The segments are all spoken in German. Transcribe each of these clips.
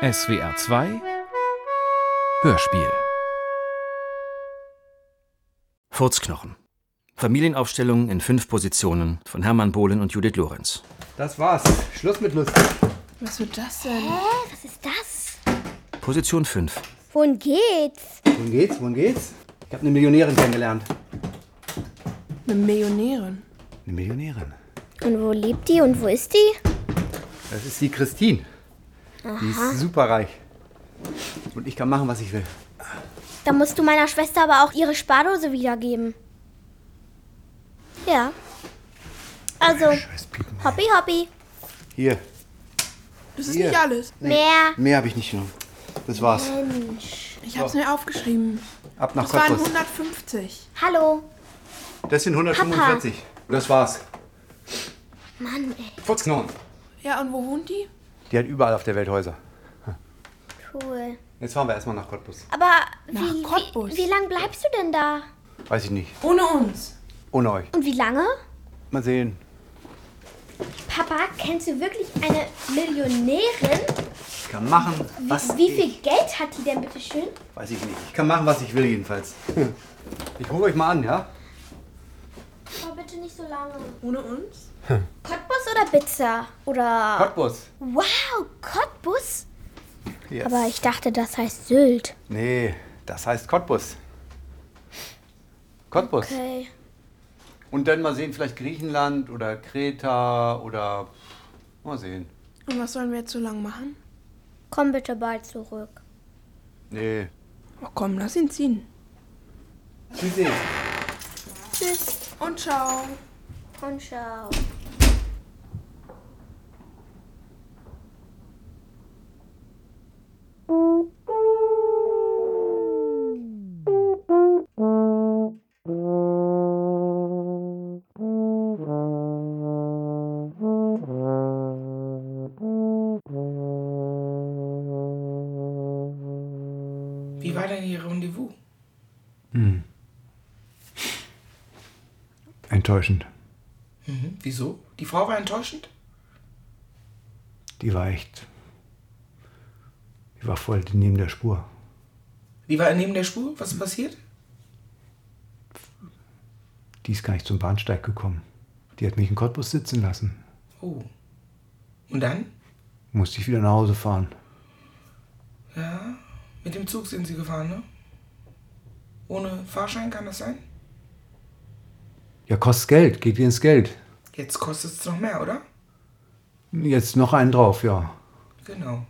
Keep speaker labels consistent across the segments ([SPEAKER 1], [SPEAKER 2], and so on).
[SPEAKER 1] SWR 2 Hörspiel
[SPEAKER 2] Furzknochen. Familienaufstellung in fünf Positionen von Hermann Bohlen und Judith Lorenz.
[SPEAKER 3] Das war's. Schluss mit lustig.
[SPEAKER 4] Was wird das denn?
[SPEAKER 5] Was ist das?
[SPEAKER 2] Position 5.
[SPEAKER 5] Wohin geht's?
[SPEAKER 3] Wohin geht's? Wohin geht's? Ich habe eine Millionärin kennengelernt.
[SPEAKER 4] Eine Millionärin.
[SPEAKER 3] Eine Millionärin?
[SPEAKER 5] Und wo lebt die und wo ist die?
[SPEAKER 3] Das ist die Christine. Die ist superreich. Und ich kann machen, was ich will.
[SPEAKER 5] Da musst du meiner Schwester aber auch ihre Spardose wiedergeben. Ja. Also, Hobby, Hobby.
[SPEAKER 3] Hier,
[SPEAKER 4] Das ist
[SPEAKER 3] Hier.
[SPEAKER 4] nicht alles.
[SPEAKER 5] Mehr.
[SPEAKER 3] mehr habe ich nicht genommen. Das war's.
[SPEAKER 4] Ich hab's mir aufgeschrieben.
[SPEAKER 3] Ab nach
[SPEAKER 4] Das waren
[SPEAKER 3] Cottbus.
[SPEAKER 4] 150.
[SPEAKER 5] Hallo.
[SPEAKER 3] Das sind 145. Das war's.
[SPEAKER 5] Mann, ey,
[SPEAKER 3] Furzknochen.
[SPEAKER 4] Ja, und wo wohnt die?
[SPEAKER 3] Die hat überall auf der Welt Häuser.
[SPEAKER 5] cool.
[SPEAKER 3] Jetzt fahren wir erstmal nach Cottbus.
[SPEAKER 5] Aber
[SPEAKER 4] Nach
[SPEAKER 5] wie,
[SPEAKER 4] Cottbus.
[SPEAKER 5] wie, wie lang bleibst du denn da?
[SPEAKER 3] Weiß ich nicht.
[SPEAKER 4] Ohne uns.
[SPEAKER 3] Ohne euch.
[SPEAKER 5] Und wie lange?
[SPEAKER 3] Mal sehen.
[SPEAKER 5] Papa, kennst du wirklich eine Millionärin?
[SPEAKER 3] Ich kann machen, was
[SPEAKER 5] Wie viel Geld hat die denn, bitteschön?
[SPEAKER 3] Weiß ich nicht. Ich kann machen, was ich will jedenfalls. Ich rufe euch mal an, ja?
[SPEAKER 5] Aber bitte nicht so lange.
[SPEAKER 4] Ohne uns?
[SPEAKER 5] Cottbus oder Bitzer? Oder.
[SPEAKER 3] Cottbus.
[SPEAKER 5] wow, Cottbus?
[SPEAKER 3] Yes.
[SPEAKER 5] Aber ich dachte, das heißt Sylt.
[SPEAKER 3] Nee, das heißt Cottbus. Cottbus.
[SPEAKER 5] Okay.
[SPEAKER 3] Und dann mal sehen, vielleicht Griechenland oder Kreta oder. Mal sehen.
[SPEAKER 4] Und was sollen wir jetzt so lang machen?
[SPEAKER 5] Komm bitte bald zurück.
[SPEAKER 3] Nee.
[SPEAKER 4] Oh komm, lass ihn ziehen.
[SPEAKER 3] Tschüssi.
[SPEAKER 5] Tschüss
[SPEAKER 4] Und ciao.
[SPEAKER 5] und ciao.
[SPEAKER 6] Wie war denn Ihr Rendezvous?
[SPEAKER 7] Enttäuschend.
[SPEAKER 6] Mhm. Wieso? Die Frau war enttäuschend?
[SPEAKER 7] Die war echt. Die war voll neben der Spur.
[SPEAKER 6] Die war neben der Spur? Was ist passiert?
[SPEAKER 7] Die ist gar nicht zum Bahnsteig gekommen. Die hat mich in Cottbus sitzen lassen.
[SPEAKER 6] Oh. Und dann?
[SPEAKER 7] Musste ich wieder nach Hause fahren.
[SPEAKER 6] Ja. Mit dem Zug sind Sie gefahren, ne? Ohne Fahrschein kann das sein?
[SPEAKER 7] Ja, kostet Geld, geht wie ins Geld.
[SPEAKER 6] Jetzt kostet es noch mehr, oder?
[SPEAKER 7] Jetzt noch einen drauf, ja.
[SPEAKER 6] Genau.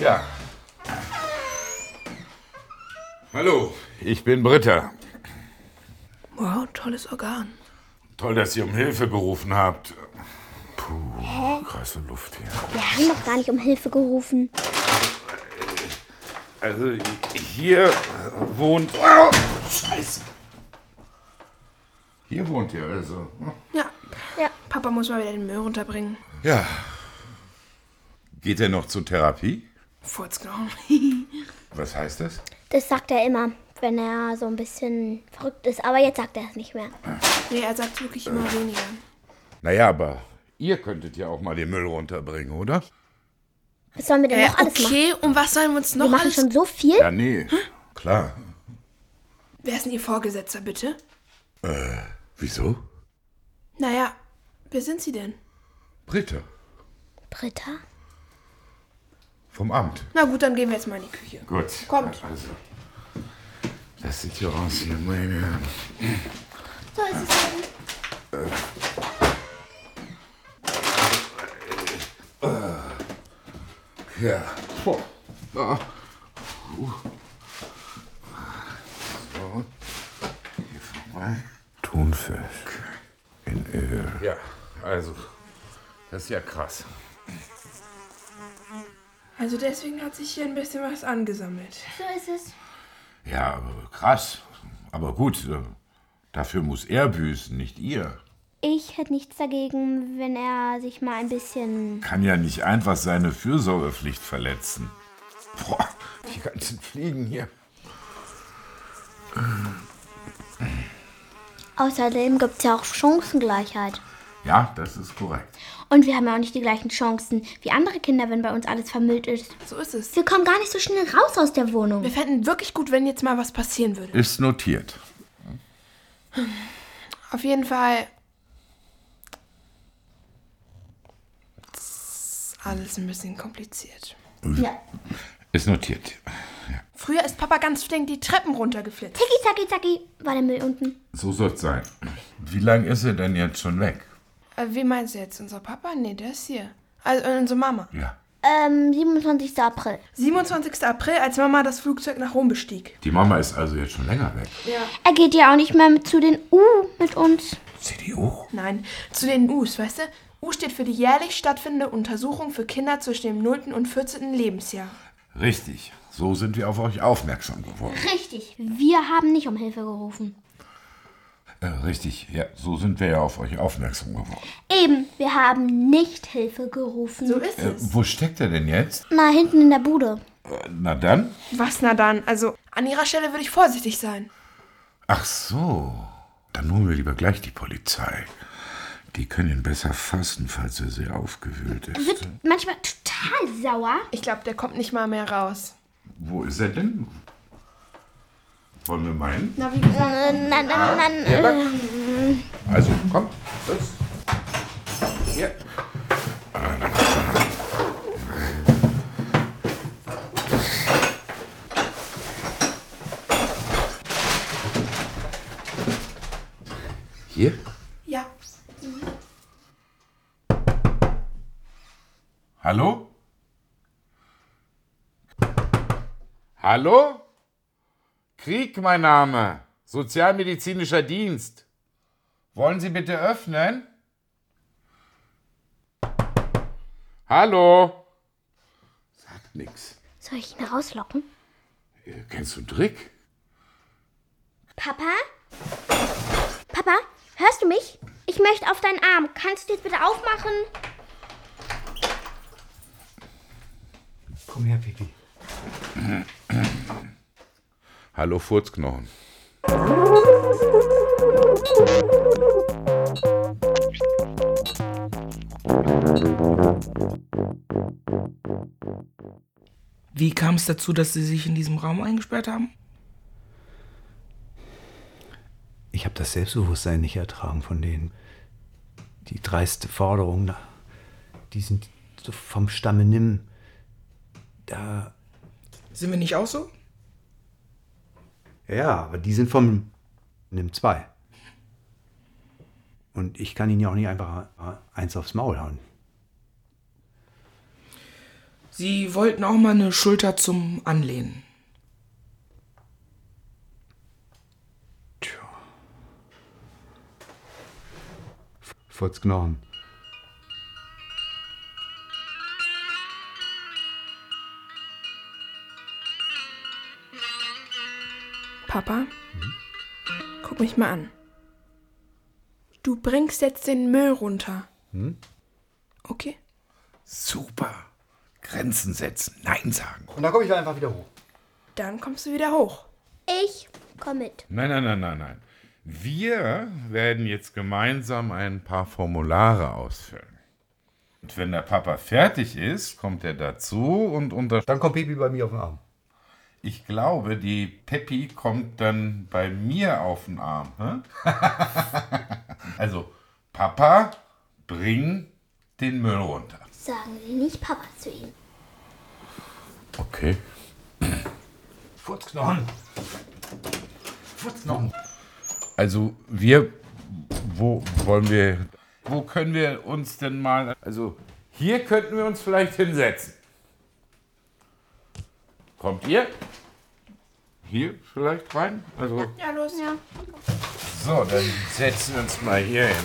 [SPEAKER 8] Ja. Hallo, ich bin Britta.
[SPEAKER 4] Wow, tolles Organ.
[SPEAKER 8] Toll, dass ihr um Hilfe gerufen habt. Puh, krasse Luft hier.
[SPEAKER 5] Wir haben doch gar nicht um Hilfe gerufen.
[SPEAKER 8] Also hier wohnt. Au, scheiße. Hier wohnt ihr also.
[SPEAKER 4] Ja. Papa muss mal wieder den Müll runterbringen.
[SPEAKER 8] Ja. Geht er noch zur Therapie?
[SPEAKER 4] Furzknochen.
[SPEAKER 8] Was heißt das?
[SPEAKER 5] Das sagt er immer, wenn er so ein bisschen verrückt ist. Aber jetzt sagt er es nicht mehr.
[SPEAKER 4] nee, er sagt wirklich immer weniger.
[SPEAKER 8] Naja, aber ihr könntet ja auch mal den Müll runterbringen, oder?
[SPEAKER 5] Was sollen wir denn
[SPEAKER 4] Äh,
[SPEAKER 5] noch alles machen?
[SPEAKER 4] okay, und was sollen wir uns
[SPEAKER 5] Wir
[SPEAKER 4] noch
[SPEAKER 5] machen
[SPEAKER 4] alles...
[SPEAKER 5] schon so viel.
[SPEAKER 8] Ja, nee. Klar.
[SPEAKER 4] Wer ist denn Ihr Vorgesetzter, bitte?
[SPEAKER 8] Äh, Wieso?
[SPEAKER 4] Naja, wer sind Sie denn?
[SPEAKER 8] Britta,
[SPEAKER 5] Britta?
[SPEAKER 8] vom Amt.
[SPEAKER 4] Na gut, dann gehen wir jetzt mal in die Küche.
[SPEAKER 8] Gut.
[SPEAKER 4] Kommt.
[SPEAKER 8] Also, das sieht ja aus hier, meine Herren.
[SPEAKER 5] So ist es eben.
[SPEAKER 8] Ja. Boah. Ah. Puh. So. Hier vorbei. Thunfisch in Öl. Ja, also, das ist ja krass.
[SPEAKER 4] Also deswegen hat sich hier ein bisschen was angesammelt.
[SPEAKER 5] So ist es.
[SPEAKER 8] Ja, aber krass. Aber gut, äh, dafür muss er büßen, nicht ihr.
[SPEAKER 5] Ich hätte nichts dagegen, wenn er sich mal ein bisschen.
[SPEAKER 8] Kann ja nicht einfach seine Fürsorgepflicht verletzen. Boah, die ganzen Fliegen hier.
[SPEAKER 5] Außerdem gibt es ja auch Chancengleichheit.
[SPEAKER 8] Ja, das ist korrekt.
[SPEAKER 5] Und wir haben ja auch nicht die gleichen Chancen wie andere Kinder, wenn bei uns alles vermüllt ist.
[SPEAKER 4] So ist es.
[SPEAKER 5] Wir kommen gar nicht so schnell raus aus der Wohnung.
[SPEAKER 4] Wir fänden wirklich gut, wenn jetzt mal was passieren würde.
[SPEAKER 8] Ist notiert.
[SPEAKER 4] Auf jeden Fall. ist Alles ein bisschen kompliziert.
[SPEAKER 5] Ja.
[SPEAKER 8] Ist notiert.
[SPEAKER 4] Früher ist Papa ganz flink die Treppen runtergeflitzt.
[SPEAKER 5] Tiki, taki, taki, war der Müll unten.
[SPEAKER 8] So soll's sein. Wie lange ist er denn jetzt schon weg?
[SPEAKER 4] Äh, wie meinst du jetzt? Unser Papa? Nee, der ist hier. Also äh, unsere Mama.
[SPEAKER 8] Ja.
[SPEAKER 5] Ähm, 27. April.
[SPEAKER 4] 27. April, als Mama das Flugzeug nach Rom bestieg.
[SPEAKER 8] Die Mama ist also jetzt schon länger weg.
[SPEAKER 5] Er geht ja auch nicht mehr mit zu den U mit uns.
[SPEAKER 8] CDU?
[SPEAKER 4] Nein, zu den U's, weißt du? U steht für die jährlich stattfindende Untersuchung für Kinder zwischen dem 0. und 14. Lebensjahr.
[SPEAKER 8] Richtig. So sind wir auf euch aufmerksam geworden.
[SPEAKER 5] Richtig. Wir haben nicht um Hilfe gerufen.
[SPEAKER 8] Äh, richtig, ja, so sind wir ja auf euch aufmerksam geworden.
[SPEAKER 5] Eben, wir haben nicht Hilfe gerufen.
[SPEAKER 4] So ist
[SPEAKER 8] Äh,
[SPEAKER 4] es.
[SPEAKER 8] wo steckt er denn jetzt?
[SPEAKER 5] Na, hinten in der Bude.
[SPEAKER 8] Äh, na dann?
[SPEAKER 4] Was na dann? Also, an ihrer Stelle würde ich vorsichtig sein.
[SPEAKER 8] Ach so. Dann holen wir lieber gleich die Polizei. Die können ihn besser fassen, falls er sehr aufgewühlt ist.
[SPEAKER 5] Wird manchmal total sauer.
[SPEAKER 4] Ich glaube, der kommt nicht mal mehr raus.
[SPEAKER 8] Wo ist er denn? Wollen wir meinen?
[SPEAKER 4] Na, wie gesagt,
[SPEAKER 5] Äh, nein, nein, nein.
[SPEAKER 8] Also, komm, los. Hier. Hier?
[SPEAKER 4] ja.
[SPEAKER 8] Hallo? Hallo? Krieg, mein Name. Sozialmedizinischer Dienst. Wollen Sie bitte öffnen? Hallo? Sagt nix.
[SPEAKER 5] Soll ich ihn rauslocken?
[SPEAKER 8] Äh, Kennst du einen Trick?
[SPEAKER 5] Papa? Papa, hörst du mich? Ich möchte auf deinen Arm. Kannst du jetzt bitte aufmachen?
[SPEAKER 7] Komm her, Pipi.
[SPEAKER 8] Hallo, Furzknochen.
[SPEAKER 6] Wie kam es dazu, dass sie sich in diesem Raum eingesperrt haben?
[SPEAKER 7] Ich habe das Selbstbewusstsein nicht ertragen von denen. Die dreiste Forderung, na, die sind so vom Stamme nimm. Da,
[SPEAKER 6] Sind wir nicht auch so?
[SPEAKER 7] ja, aber die sind vom nimm zwei. Und ich kann ihnen ja auch nicht einfach eins aufs Maul hauen.
[SPEAKER 6] Sie wollten auch mal eine Schulter zum Anlehnen.
[SPEAKER 7] Furzknochen.
[SPEAKER 4] Papa, guck mich mal an. Du bringst jetzt den Müll runter. Okay.
[SPEAKER 8] Super. Grenzen setzen, Nein sagen.
[SPEAKER 3] Und dann komme ich da einfach wieder hoch.
[SPEAKER 4] Dann kommst du wieder hoch.
[SPEAKER 5] Ich komm mit.
[SPEAKER 8] Nein, nein, nein, nein, nein. Wir werden jetzt gemeinsam ein paar Formulare ausfüllen. Und wenn der Papa fertig ist, kommt er dazu und unter.
[SPEAKER 3] Dann kommt Pipi bei mir auf den Arm.
[SPEAKER 8] Ich glaube, die Peppi kommt dann bei mir auf den Arm. Hä? also, Papa, bring den Müll runter.
[SPEAKER 5] Sagen Sie nicht Papa zu ihm.
[SPEAKER 8] Okay.
[SPEAKER 7] Furzknochen. Furzknochen.
[SPEAKER 8] Also, wir. Wo wollen wir. Wo können wir uns denn mal. Also, hier könnten wir uns vielleicht hinsetzen. Kommt ihr? Hier vielleicht rein? Also,
[SPEAKER 4] Ja, los. Ja.
[SPEAKER 8] so, dann setzen wir uns mal hier hin.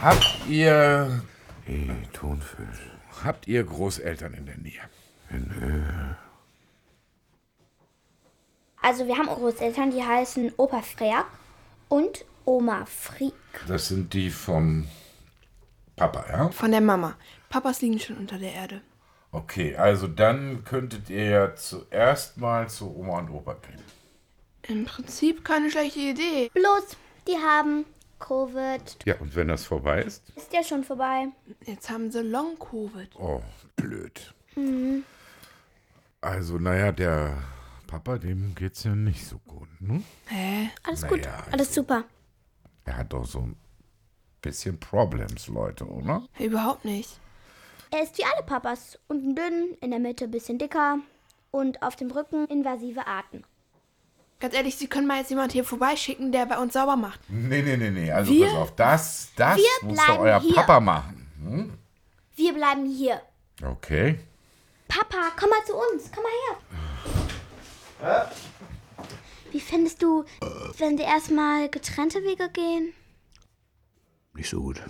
[SPEAKER 8] Habt ihr. Hey, Thunfisch. Habt ihr Großeltern in der Nähe?
[SPEAKER 5] Also wir haben Großeltern, die heißen Opa Freak und Oma Friek.
[SPEAKER 8] Das sind die vom Papa, ja?
[SPEAKER 4] Von der Mama. Papas liegen schon unter der Erde.
[SPEAKER 8] Okay, also dann könntet ihr ja zuerst mal zu Oma und Opa gehen.
[SPEAKER 4] Im Prinzip keine schlechte Idee.
[SPEAKER 5] Bloß, Die haben Covid.
[SPEAKER 8] Ja, und wenn das vorbei ist?
[SPEAKER 5] Ist ja schon vorbei.
[SPEAKER 4] Jetzt haben sie Long-Covid.
[SPEAKER 8] Oh, blöd.
[SPEAKER 5] Mhm.
[SPEAKER 8] Also, naja, der Papa, dem geht's ja nicht so gut, ne?
[SPEAKER 4] Hä?
[SPEAKER 5] Alles gut.
[SPEAKER 8] Naja, also-
[SPEAKER 5] Alles super.
[SPEAKER 8] Er hat doch so ein bisschen Problems, Leute, oder?
[SPEAKER 4] Überhaupt nicht.
[SPEAKER 5] Er ist wie alle Papas. Unten dünn, in der Mitte ein bisschen dicker und auf dem Rücken invasive Arten.
[SPEAKER 4] Ganz ehrlich, Sie können mal jetzt jemand hier vorbeischicken, der bei uns sauber macht.
[SPEAKER 8] Nee, nee, nee, nee. Also,
[SPEAKER 4] Wir-
[SPEAKER 8] pass auf, das, das
[SPEAKER 5] Wir
[SPEAKER 8] muss doch
[SPEAKER 5] bleiben
[SPEAKER 8] euer
[SPEAKER 5] hier.
[SPEAKER 8] Papa machen.
[SPEAKER 5] Wir bleiben hier.
[SPEAKER 8] Okay.
[SPEAKER 5] Papa, komm mal zu uns. Komm mal her. Wie findest du, wenn wir erstmal getrennte Wege gehen?
[SPEAKER 7] Nicht so gut.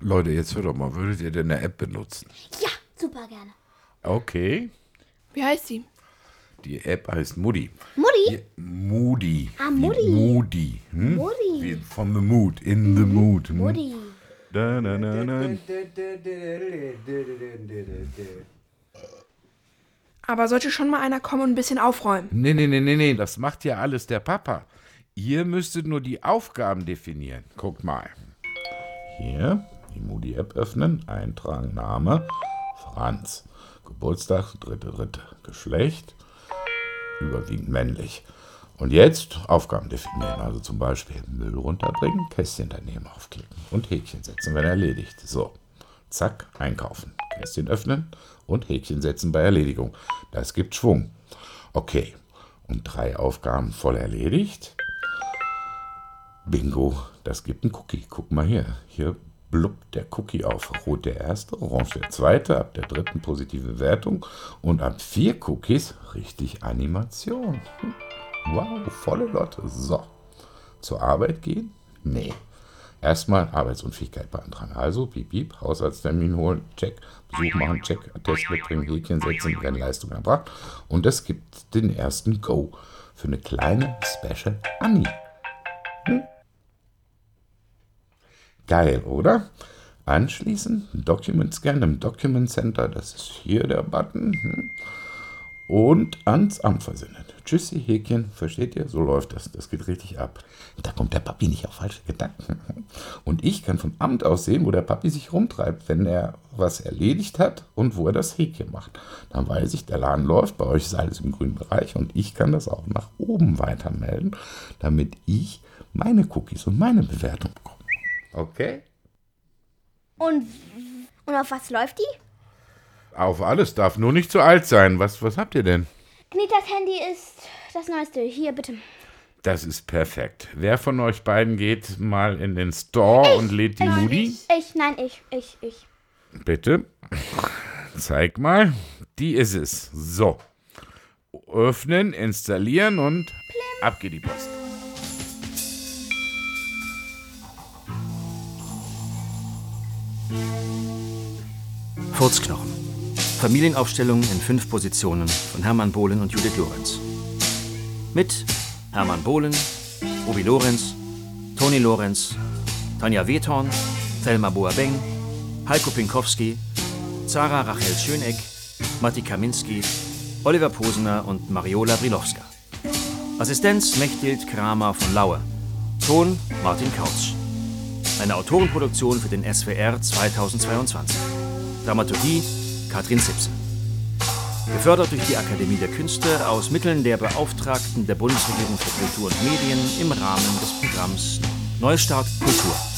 [SPEAKER 8] Leute, jetzt hört doch mal, würdet ihr denn eine App benutzen?
[SPEAKER 5] Ja, super gerne.
[SPEAKER 8] Okay.
[SPEAKER 4] Wie heißt sie?
[SPEAKER 8] Die App heißt Moody.
[SPEAKER 5] Mutti?
[SPEAKER 8] Moody.
[SPEAKER 5] Ah,
[SPEAKER 8] Wie
[SPEAKER 5] Moody.
[SPEAKER 8] Moody. Hm?
[SPEAKER 5] Mutti.
[SPEAKER 8] Wie From the mood, in the mood. hm?
[SPEAKER 5] Mutti.
[SPEAKER 8] Da, da, da, da.
[SPEAKER 4] Aber sollte schon mal einer kommen und ein bisschen aufräumen.
[SPEAKER 8] Nee, nee, nee, nee, nee, das macht ja alles der Papa. Ihr müsstet nur die Aufgaben definieren. Guckt mal. Hier, die Moody-App öffnen, eintragen Name, Franz. Geburtstag, dritte, dritte. Geschlecht, überwiegend männlich. Und jetzt Aufgaben definieren. Also zum Beispiel Müll runterbringen, Kästchen daneben aufklicken und Häkchen setzen, wenn erledigt. So. Zack, einkaufen. Kästchen öffnen und Häkchen setzen bei Erledigung. Das gibt Schwung. Okay. Und drei Aufgaben voll erledigt. Bingo, das gibt einen Cookie. Guck mal hier. Hier blubbt der Cookie auf. Rot der erste, orange der zweite, ab der dritten positive Wertung und ab vier Cookies richtig Animation. Hm. Wow, volle Lotte. So. Zur Arbeit gehen? Nee. Erstmal Arbeitsunfähigkeit beantragen. Also, piep, piep, Hausarzttermin holen, check, Besuch machen, check, Attest mitbringen, Häkchen setzen, keine Leistung erbracht. Und es gibt den ersten Go für eine kleine Special Annie. Hm? Geil, oder? Anschließend ein Document Scan im Document Center, das ist hier der Button. hm. Und ans Amt versendet. Tschüssi, Häkchen, versteht ihr? So läuft das. Das geht richtig ab. Da kommt der Papi nicht auf falsche Gedanken. Und ich kann vom Amt aus sehen, wo der Papi sich rumtreibt, wenn er was erledigt hat und wo er das Häkchen macht. Dann weiß ich, der Laden läuft, bei euch ist alles im grünen Bereich und ich kann das auch nach oben weitermelden, damit ich meine Cookies und meine Bewertung bekomme. Okay.
[SPEAKER 5] Und, und auf was läuft die?
[SPEAKER 8] Auf alles darf nur nicht zu alt sein. Was, was habt ihr denn?
[SPEAKER 5] Knitas Handy ist das Neueste. Hier, bitte.
[SPEAKER 8] Das ist perfekt. Wer von euch beiden geht mal in den Store und lädt die Moody?
[SPEAKER 5] Ich, nein, ich, ich, ich.
[SPEAKER 8] Bitte. Zeig mal. Die ist es. So. Öffnen, installieren und ab geht die Post.
[SPEAKER 2] Furzknochen. Familienaufstellung in fünf Positionen von Hermann Bohlen und Judith Lorenz. Mit Hermann Bohlen, Obi Lorenz, Toni Lorenz, Tanja Wethorn, Thelma Boabeng, Heiko Pinkowski, Zara Rachel Schöneck, Matti Kaminski, Oliver Posener und Mariola Brilowska. Assistenz Mechthild Kramer von Laue. Ton Martin Kautsch. Eine Autorenproduktion für den SWR 2022. Dramaturgie Katrin Zipse. Gefördert durch die Akademie der Künste aus Mitteln der Beauftragten der Bundesregierung für Kultur und Medien im Rahmen des Programms Neustart Kultur.